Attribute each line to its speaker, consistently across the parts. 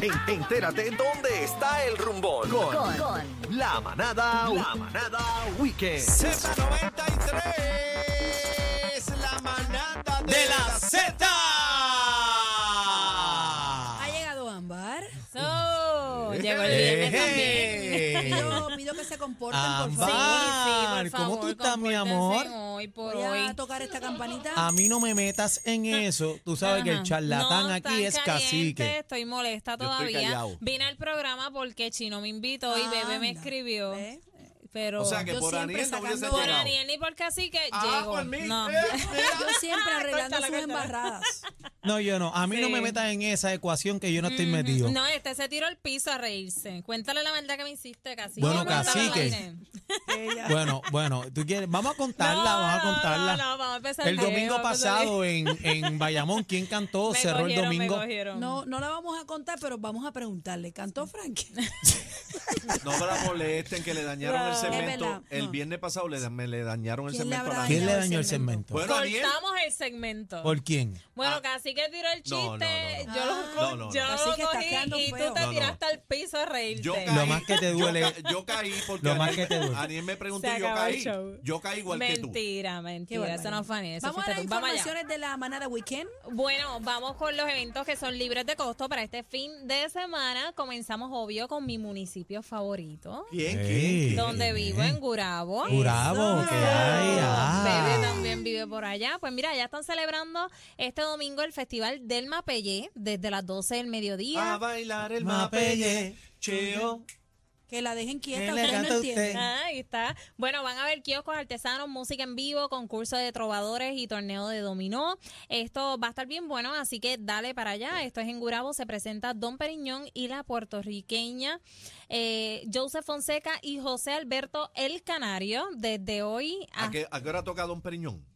Speaker 1: En- entérate dónde está el rumbón. Con, la manada, la manada weekend.
Speaker 2: Z93, la manada de, la Z.
Speaker 3: Ha llegado Ámbar.
Speaker 4: Ah. So, llegó el viernes también.
Speaker 2: también.
Speaker 3: Eh. Yo pido que se comporten, por
Speaker 2: Ámbar.
Speaker 3: favor.
Speaker 2: Ámbar,
Speaker 4: Sí, sí, por
Speaker 2: ¿cómo
Speaker 4: favor,
Speaker 2: tú estás, mi
Speaker 4: compórtense
Speaker 2: amor?
Speaker 4: Hoy por
Speaker 3: Voy
Speaker 4: hoy.
Speaker 3: a tocar esta campanita.
Speaker 2: A mí no me metas en eso. Tú sabes que el
Speaker 4: Ah. Ajá.
Speaker 2: charlatán
Speaker 4: No,
Speaker 2: aquí es
Speaker 4: están calientes,
Speaker 2: cacique.
Speaker 4: Estoy molesta
Speaker 2: Yo estoy
Speaker 4: todavía.
Speaker 2: callado.
Speaker 4: Vine al programa porque Chino me invitó y Bebé me
Speaker 3: Anda,
Speaker 4: escribió.
Speaker 3: ¿ves?
Speaker 4: Pero
Speaker 5: O sea que
Speaker 3: Yo
Speaker 5: por
Speaker 3: siempre
Speaker 5: Aniel no hubiese
Speaker 3: sacando-
Speaker 4: por
Speaker 5: llegado.
Speaker 4: Aniel ni por Cacique
Speaker 5: Ah,
Speaker 4: llegó.
Speaker 5: por mí.
Speaker 4: No.
Speaker 5: Eh,
Speaker 3: Yo siempre arreglando
Speaker 4: Córtala,
Speaker 3: sus
Speaker 4: córtala.
Speaker 3: embarradas.
Speaker 2: No, yo no. A mí no
Speaker 4: Sí.
Speaker 2: me metas en esa ecuación que yo no estoy metido.
Speaker 4: No, este se tiró al piso a reírse. Cuéntale la verdad que me hiciste, Cacique.
Speaker 2: Bueno,
Speaker 4: Cuéntale la
Speaker 2: Cacique.
Speaker 4: vaina.
Speaker 3: Ella-
Speaker 2: Bueno, bueno, tú quieres. Vamos a contarla,
Speaker 4: No,
Speaker 2: vamos a
Speaker 4: no,
Speaker 2: contarla.
Speaker 4: no, no, vamos a empezar
Speaker 2: el
Speaker 4: bien,
Speaker 2: domingo
Speaker 4: vamos a empezar
Speaker 2: pasado en, en Bayamón, ¿quién cantó?
Speaker 4: Me
Speaker 2: Cerró
Speaker 4: cogieron,
Speaker 2: el
Speaker 4: me
Speaker 2: domingo.
Speaker 4: cogieron.
Speaker 3: No, no la vamos a contar, pero vamos a preguntarle. ¿Cantó Frankie?
Speaker 5: No me la molesten que le dañaron el
Speaker 3: verdad,
Speaker 5: cemento. El
Speaker 3: no.
Speaker 5: viernes pasado le, da- me le dañaron el
Speaker 3: ¿Quién le
Speaker 5: cemento a
Speaker 3: habrá
Speaker 5: la
Speaker 2: ¿Quién le
Speaker 3: Dañado el
Speaker 2: dañó el cemento?
Speaker 3: segmento.
Speaker 5: Bueno, Aniel.
Speaker 4: Cortamos el segmento.
Speaker 2: ¿Por quién?
Speaker 4: Bueno,
Speaker 5: Ah.
Speaker 4: casi que tiró el
Speaker 5: No, no,
Speaker 4: chiste.
Speaker 5: no,
Speaker 4: Yo lo,
Speaker 3: Ah.
Speaker 4: co-
Speaker 5: No, no,
Speaker 4: yo
Speaker 3: no.
Speaker 4: lo
Speaker 3: Cacique está quedando
Speaker 4: cogí y tú
Speaker 3: feo.
Speaker 4: te
Speaker 5: No, no.
Speaker 4: tiraste al piso a reírte.
Speaker 5: Yo
Speaker 2: Lo más que te duele.
Speaker 5: Yo, ca- yo caí porque
Speaker 2: Lo más
Speaker 5: Aniel-
Speaker 2: que te duele.
Speaker 5: Aniel me preguntó
Speaker 4: Se
Speaker 5: y yo
Speaker 4: acabó el
Speaker 5: caí.
Speaker 4: show.
Speaker 5: Yo caí igual que
Speaker 4: mentira, mentira. Eso no fue Aniel, eso
Speaker 3: Vamos a
Speaker 4: fuiste
Speaker 3: las
Speaker 4: tú. Vamos allá.
Speaker 3: informaciones de la manada weekend.
Speaker 4: Bueno, vamos con los eventos que son libres de costo para este fin de semana. Comenzamos, obvio, con mi municipio favorito,
Speaker 5: tú. ¿Quién?
Speaker 2: Ey.
Speaker 5: ¿Quién?
Speaker 4: donde
Speaker 2: bien.
Speaker 4: vivo, en Gurabo.
Speaker 2: Bravo, que hay. ah.
Speaker 4: Bebe también vive por allá. Pues mira, ya están celebrando este domingo el Festival del Mapellé desde las 12 del mediodía.
Speaker 5: A bailar el mapelle. Cheo.
Speaker 3: Que la dejen quieta,
Speaker 2: ¿Quién le
Speaker 3: ustedes no
Speaker 2: canta a usted?
Speaker 3: entienden.
Speaker 4: Ah, Ahí está. Bueno, van a haber kioscos artesanos, música en vivo, concurso de trovadores y torneo de dominó. Esto va a estar bien bueno, así que dale para allá. Esto es en Gurabo, se presenta Don Periñón y la puertorriqueña eh, Joseph Fonseca y José Alberto El Canario. Desde hoy
Speaker 2: Ah.
Speaker 5: ¿A
Speaker 4: hasta-
Speaker 5: qué, ¿A qué hora toca Don Periñón?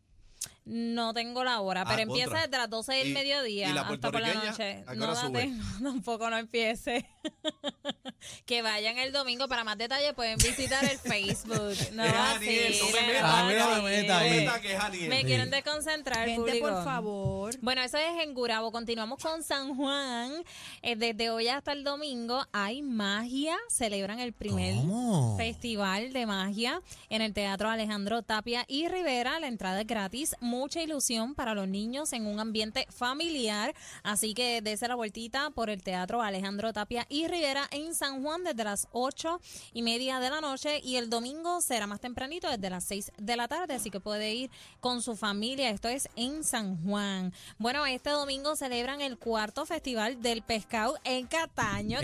Speaker 4: no tengo la hora,
Speaker 5: Ah,
Speaker 4: pero empieza
Speaker 5: contra.
Speaker 4: desde las 12 del
Speaker 5: ¿Y-
Speaker 4: mediodía
Speaker 5: y la
Speaker 4: hasta por la
Speaker 5: puertorriqueña?
Speaker 4: noche.
Speaker 5: ¿A qué
Speaker 4: No
Speaker 5: hora
Speaker 4: la
Speaker 5: sube?
Speaker 4: tengo, tampoco no empiece. que vayan el domingo. Para más detalles pueden visitar el Facebook. No,
Speaker 5: Es Aniel,
Speaker 4: sí,
Speaker 5: Eh, no me
Speaker 4: pero
Speaker 5: meta,
Speaker 2: a mí Ah, no me
Speaker 4: sí.
Speaker 2: meta ahí.
Speaker 5: No meta que es Aniel.
Speaker 4: Me quieren desconcentrar,
Speaker 3: Gente,
Speaker 4: público.
Speaker 3: por favor.
Speaker 4: Bueno, eso es en Gurabo. Continuamos con San Juan. Eh, desde hoy hasta el domingo hay magia. Celebran el primer
Speaker 2: ¿Cómo?
Speaker 4: festival de magia en el Teatro Alejandro Tapia y Rivera. La entrada es gratis. Mucha ilusión para los niños en un ambiente familiar. Así que dése la vueltita por el Teatro Alejandro Tapia y Rivera en San Juan desde las ocho y media de la noche. Y el domingo será más tempranito desde las 6 de la tarde. Así que puede ir con su familia. Esto es en San Juan. Bueno, este domingo celebran el cuarto festival del pescado en Cataño.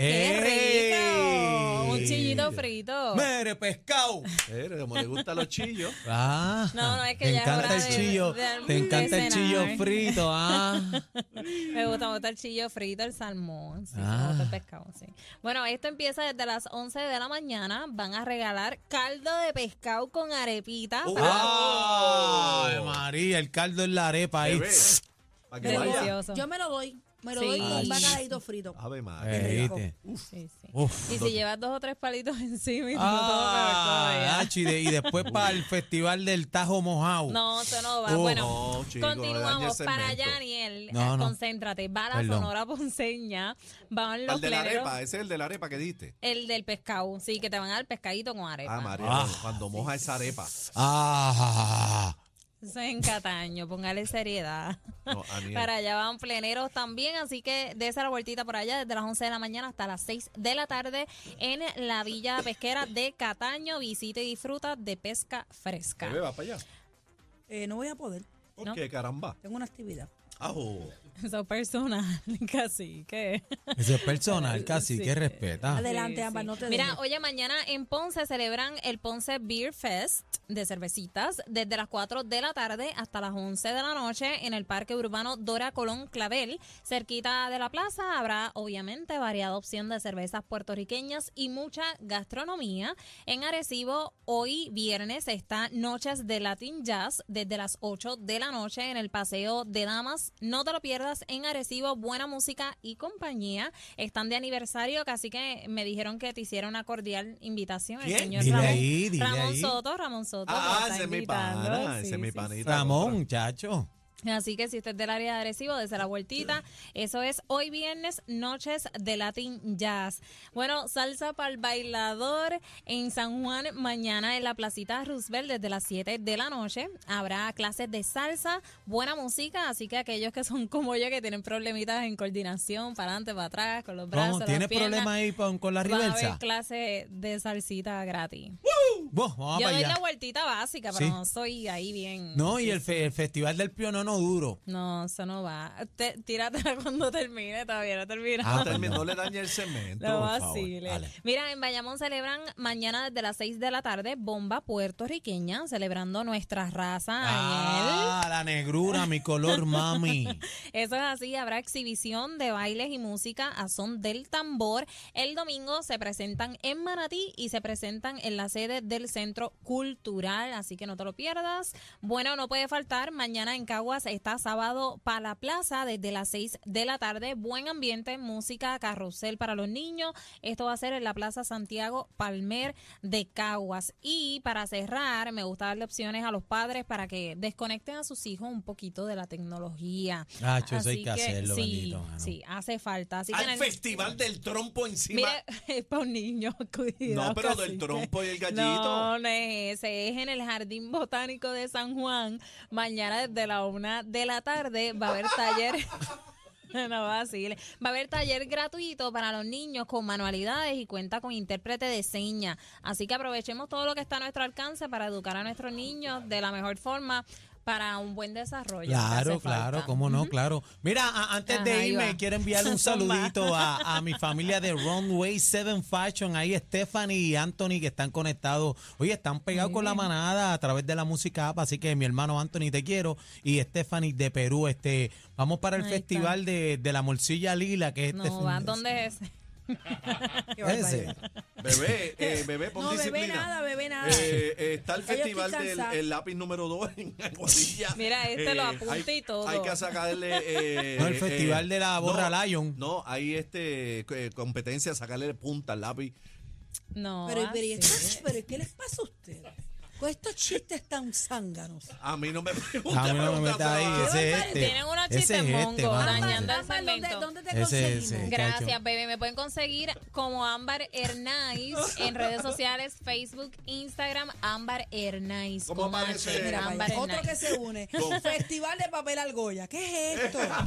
Speaker 4: ¡Qué rico! Un
Speaker 2: ¡Ey!
Speaker 4: chillito frito.
Speaker 2: Mere pescado.
Speaker 5: Pero como le gustan los chillos.
Speaker 2: Ah,
Speaker 4: No, no, es que
Speaker 2: te
Speaker 4: ya es
Speaker 2: encanta
Speaker 4: hora
Speaker 2: el
Speaker 4: de-
Speaker 2: chillo,
Speaker 4: de- de
Speaker 2: te encanta el chillo
Speaker 4: cenar.
Speaker 2: frito, ah.
Speaker 4: Me gusta, me gusta el chillo frito, el salmón, sí,
Speaker 2: Ah.
Speaker 4: me gusta el pescado, sí. Bueno, esto empieza desde las 11 de la mañana. Van a regalar caldo de pescado con arepita.
Speaker 5: Uh,
Speaker 4: para-
Speaker 2: Ay, María, el caldo en la arepa ahí.
Speaker 5: Bebé. Para que vaya.
Speaker 4: Delicioso.
Speaker 3: Yo me lo doy. Me lo
Speaker 4: Sí.
Speaker 3: doy
Speaker 4: Ay.
Speaker 3: con bacalaíto frito.
Speaker 5: Ave madre.
Speaker 2: Eh,
Speaker 3: rico.
Speaker 2: ¿viste?
Speaker 4: Sí, sí.
Speaker 2: Uf.
Speaker 4: Y si llevas dos o tres palitos encima y
Speaker 2: Ah,
Speaker 4: todo,
Speaker 2: Nachi, de- y después para el festival del Tajo Mojado.
Speaker 4: No, eso no va.
Speaker 2: Oh,
Speaker 4: bueno,
Speaker 5: no, chico, daña el
Speaker 4: continuamos
Speaker 5: segmento.
Speaker 4: para allá, Daniel.
Speaker 2: No, no.
Speaker 4: Concéntrate. Va la
Speaker 2: Perdón.
Speaker 4: Sonora Ponceña. Van
Speaker 5: Al
Speaker 4: los
Speaker 5: de la
Speaker 4: pleneros.
Speaker 5: arepa, ese es el de la arepa que diste.
Speaker 4: El del pescado. Sí, que te van a dar pescadito con arepa.
Speaker 5: Ah, María,
Speaker 2: Ah.
Speaker 5: cuando moja esa arepa.
Speaker 2: Ah,
Speaker 4: Eso es en Cataño, póngale seriedad.
Speaker 5: No, Aniel.
Speaker 4: Para allá van pleneros también, así que de esa la vueltita por allá desde las 11 de la mañana hasta las 6 de la tarde en la Villa Pesquera de Cataño. Visita y disfruta de pesca fresca.
Speaker 5: Bebé, va para allá.
Speaker 3: Eh, no voy a poder.
Speaker 5: ¿Por
Speaker 4: No.
Speaker 5: qué, caramba?
Speaker 3: Tengo una actividad.
Speaker 5: Ajo.
Speaker 4: Eso personal, casi que.
Speaker 2: ese es personal, casi
Speaker 4: Sí.
Speaker 2: que respeta.
Speaker 3: Adelante, Ámbar, no te
Speaker 4: Mira,
Speaker 3: dejes.
Speaker 4: oye, mañana en Ponce celebran el Ponce Beer Fest de cervecitas desde las 4 de la tarde hasta las 11 de la noche en el Parque Urbano Dora Colón Clavel. Cerquita de la plaza habrá, obviamente, variada opción de cervezas puertorriqueñas y mucha gastronomía. En Arecibo, hoy viernes, está Noches de Latin Jazz desde las 8 de la noche en el Paseo de Damas. No te lo pierdas en Arecibo, buena música y compañía. Están de aniversario, así que me dijeron que te hiciera una cordial invitación. El
Speaker 5: ¿Quién?
Speaker 4: señor
Speaker 2: Dile
Speaker 4: Ramón,
Speaker 2: ahí, dile
Speaker 4: Ramón
Speaker 2: ahí.
Speaker 4: Soto, Ramón Soto. me
Speaker 5: Ah,
Speaker 4: está
Speaker 5: ese es mi
Speaker 4: invitando.
Speaker 5: pana,
Speaker 4: Sí,
Speaker 5: ese es mi
Speaker 4: sí, sí.
Speaker 5: panita.
Speaker 2: Ramón, chacho.
Speaker 4: Así que si usted es del área de Arecibo, desde la vueltita, eso es hoy viernes, noches de Latin Jazz. Bueno, salsa para el bailador en San Juan, mañana en la Placita Roosevelt, desde las 7 de la noche. Habrá clases de salsa, buena música, así que aquellos que son como yo, que tienen problemitas en coordinación, para adelante, para atrás, con los brazos,
Speaker 2: Vamos, ¿Tienes
Speaker 4: las piernas,
Speaker 2: problema ahí con, con la
Speaker 4: Va a haber
Speaker 2: reversa?
Speaker 4: clases de salsita gratis.
Speaker 2: Vos, vamos
Speaker 4: yo
Speaker 2: para
Speaker 4: doy
Speaker 2: allá.
Speaker 4: la vueltita básica, pero
Speaker 2: Sí.
Speaker 4: no soy ahí bien.
Speaker 2: No, y el, fe- el festival del pionono duro.
Speaker 4: No, eso no va. Te, tíratela cuando termine, todavía no termina.
Speaker 2: Ah,
Speaker 5: No, termine, no le dañe el cemento.
Speaker 4: No
Speaker 5: por favor.
Speaker 4: vacile.
Speaker 2: dale.
Speaker 4: Mira, en Bayamón celebran mañana desde las 6 de la tarde bomba puertorriqueña, celebrando nuestra raza. Ariel.
Speaker 2: Ah, la negrura, mi color, mami.
Speaker 4: Eso es así, habrá exhibición de bailes y música a son del tambor. El domingo se presentan en Manatí y se presentan en la sede del Centro Cultural, así que no te lo pierdas. Bueno, no puede faltar, mañana en Caguas está sábado para la plaza desde las 6 de la tarde. Buen ambiente, música, carrusel para los niños. Esto va a ser en la Plaza Santiago Palmer de Caguas. Y para cerrar, me gusta darle opciones a los padres para que desconecten a sus hijos un poquito de la tecnología.
Speaker 2: Ah, yo eso hay
Speaker 4: Así
Speaker 2: que hacerlo,
Speaker 4: sí,
Speaker 2: bendito, mano.
Speaker 4: Sí, hace falta. Así que en
Speaker 5: Al
Speaker 4: el-
Speaker 5: festival del trompo encima.
Speaker 4: Mire, es para un niño, cuidado.
Speaker 5: No, pero
Speaker 4: cacique.
Speaker 5: del trompo y el gallito.
Speaker 4: No, no es ese, es en el Jardín Botánico de San Juan. Mañana desde la una de la tarde va a haber taller. No vacile. Va a haber taller gratuito para los niños con manualidades y cuenta con intérprete de señas. Así que aprovechemos todo lo que está a nuestro alcance para educar a nuestros niños de la mejor forma para un buen desarrollo. que
Speaker 2: Claro,
Speaker 4: hace
Speaker 2: claro,
Speaker 4: falta.
Speaker 2: cómo no, claro. Mira, a- antes
Speaker 4: Ajá,
Speaker 2: de
Speaker 4: ahí
Speaker 2: irme,
Speaker 4: va.
Speaker 2: quiero enviarle un
Speaker 4: Son más.
Speaker 2: saludito a, a mi familia de Runway 7 Fashion. Ahí Stephanie y Anthony que están conectados. Oye, están pegados con la manada a través de la música app. Así que mi hermano Anthony, te quiero. Y Stephanie de Perú, este, vamos para el
Speaker 4: Ahí
Speaker 2: festival de, de la morcilla lila, que es este
Speaker 4: No,
Speaker 2: fin
Speaker 4: va,
Speaker 2: de-
Speaker 4: ¿dónde es ese? Qué
Speaker 2: Ese.
Speaker 4: barbaridad.
Speaker 5: Bebé, eh, bebé, pon
Speaker 3: No, bebé,
Speaker 5: disciplina.
Speaker 3: nada, bebé, nada.
Speaker 5: Eh, eh, está el
Speaker 3: Ya yo estoy
Speaker 5: festival del
Speaker 3: cansada.
Speaker 5: el lápiz número 2 en Aguadilla.
Speaker 4: Mira, este lo
Speaker 5: Eh,
Speaker 4: apunta
Speaker 5: hay-
Speaker 4: y todo.
Speaker 5: Hay que sacarle. eh,
Speaker 2: No, el festival de la borra
Speaker 5: no,
Speaker 2: Lion.
Speaker 5: No, hay este, eh, competencia, sacarle punta al lápiz.
Speaker 4: No. ah,
Speaker 3: Pero, pero, ¿y
Speaker 4: así.
Speaker 3: esto- pero ¿qué les pasa a ustedes? Con estos chistes tan zánganos.
Speaker 5: A mí no me pregunta.
Speaker 2: Ah, no me
Speaker 5: pregunta,
Speaker 2: meta ahí,
Speaker 5: pero-
Speaker 2: ese es
Speaker 3: Pero
Speaker 2: este.
Speaker 4: tienen unos
Speaker 2: Ese
Speaker 4: chistes
Speaker 2: es este,
Speaker 4: mongos,
Speaker 2: mano,
Speaker 4: dañando.
Speaker 2: ese.
Speaker 4: el
Speaker 3: Ámbar, ¿dónde,
Speaker 4: segmento.
Speaker 3: ¿dónde te
Speaker 2: Ese,
Speaker 3: conseguimos?
Speaker 2: ese.
Speaker 4: Gracias,
Speaker 2: Chacho.
Speaker 4: baby. Me pueden conseguir como Ámbar Hernaiz en redes sociales, Facebook, Instagram, Ámbar Hernaiz.
Speaker 5: ¿Cómo
Speaker 4: con
Speaker 5: aparece?
Speaker 4: H,
Speaker 3: Mira,
Speaker 5: Gran
Speaker 3: vaya,
Speaker 4: Ámbar
Speaker 3: otro que
Speaker 4: Hernaiz.
Speaker 3: se une.
Speaker 5: Con-
Speaker 3: Festival de papel argolla. ¿Qué es esto?
Speaker 4: Ah,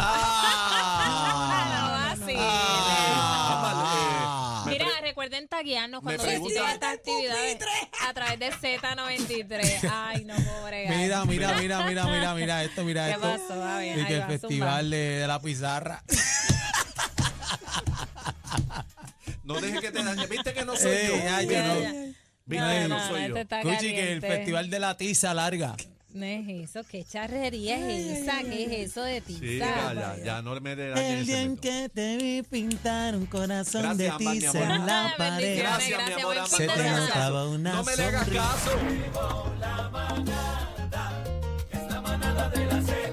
Speaker 2: Ah.
Speaker 4: no, así.
Speaker 5: Ah, vale, eh, me
Speaker 4: Mira,
Speaker 5: pre-
Speaker 4: recuerden taguearnos
Speaker 5: me
Speaker 4: cuando se
Speaker 5: preguntan-
Speaker 4: activen estas actividades
Speaker 3: pupitre.
Speaker 4: a través de Z93. Ay, no, pobre. ay.
Speaker 2: Mira, mira, mira, mira, mira, mira esto, mira
Speaker 4: ¿Qué
Speaker 2: esto.
Speaker 4: pasó? Va bien,
Speaker 2: y
Speaker 4: ahí
Speaker 2: que el
Speaker 4: va,
Speaker 2: festival de, de la pizarra.
Speaker 5: No dejes que te dañe. Viste que no soy
Speaker 2: Eh,
Speaker 5: yo.
Speaker 2: ya,
Speaker 5: Viste
Speaker 2: yo no.
Speaker 4: No,
Speaker 5: que no
Speaker 4: no,
Speaker 5: soy yo.
Speaker 4: este está
Speaker 2: Cuchi, que el
Speaker 4: caliente.
Speaker 2: festival de la tiza larga.
Speaker 4: No es eso, qué charrería es esa, qué es eso de tiza.
Speaker 5: Sí, ya, ya, ya no me dañes el cemento.
Speaker 2: te vi pintar un corazón
Speaker 5: Gracias, de Amar, mi tiza amor. en
Speaker 4: la pared.
Speaker 5: Gracias, mi
Speaker 4: Gracias,
Speaker 5: amor.
Speaker 4: buen
Speaker 5: amor.
Speaker 4: fin de
Speaker 5: No me hagas
Speaker 2: semana.
Speaker 5: caso. No me le hagas
Speaker 2: Sonrisa.
Speaker 5: caso.
Speaker 1: de la Z.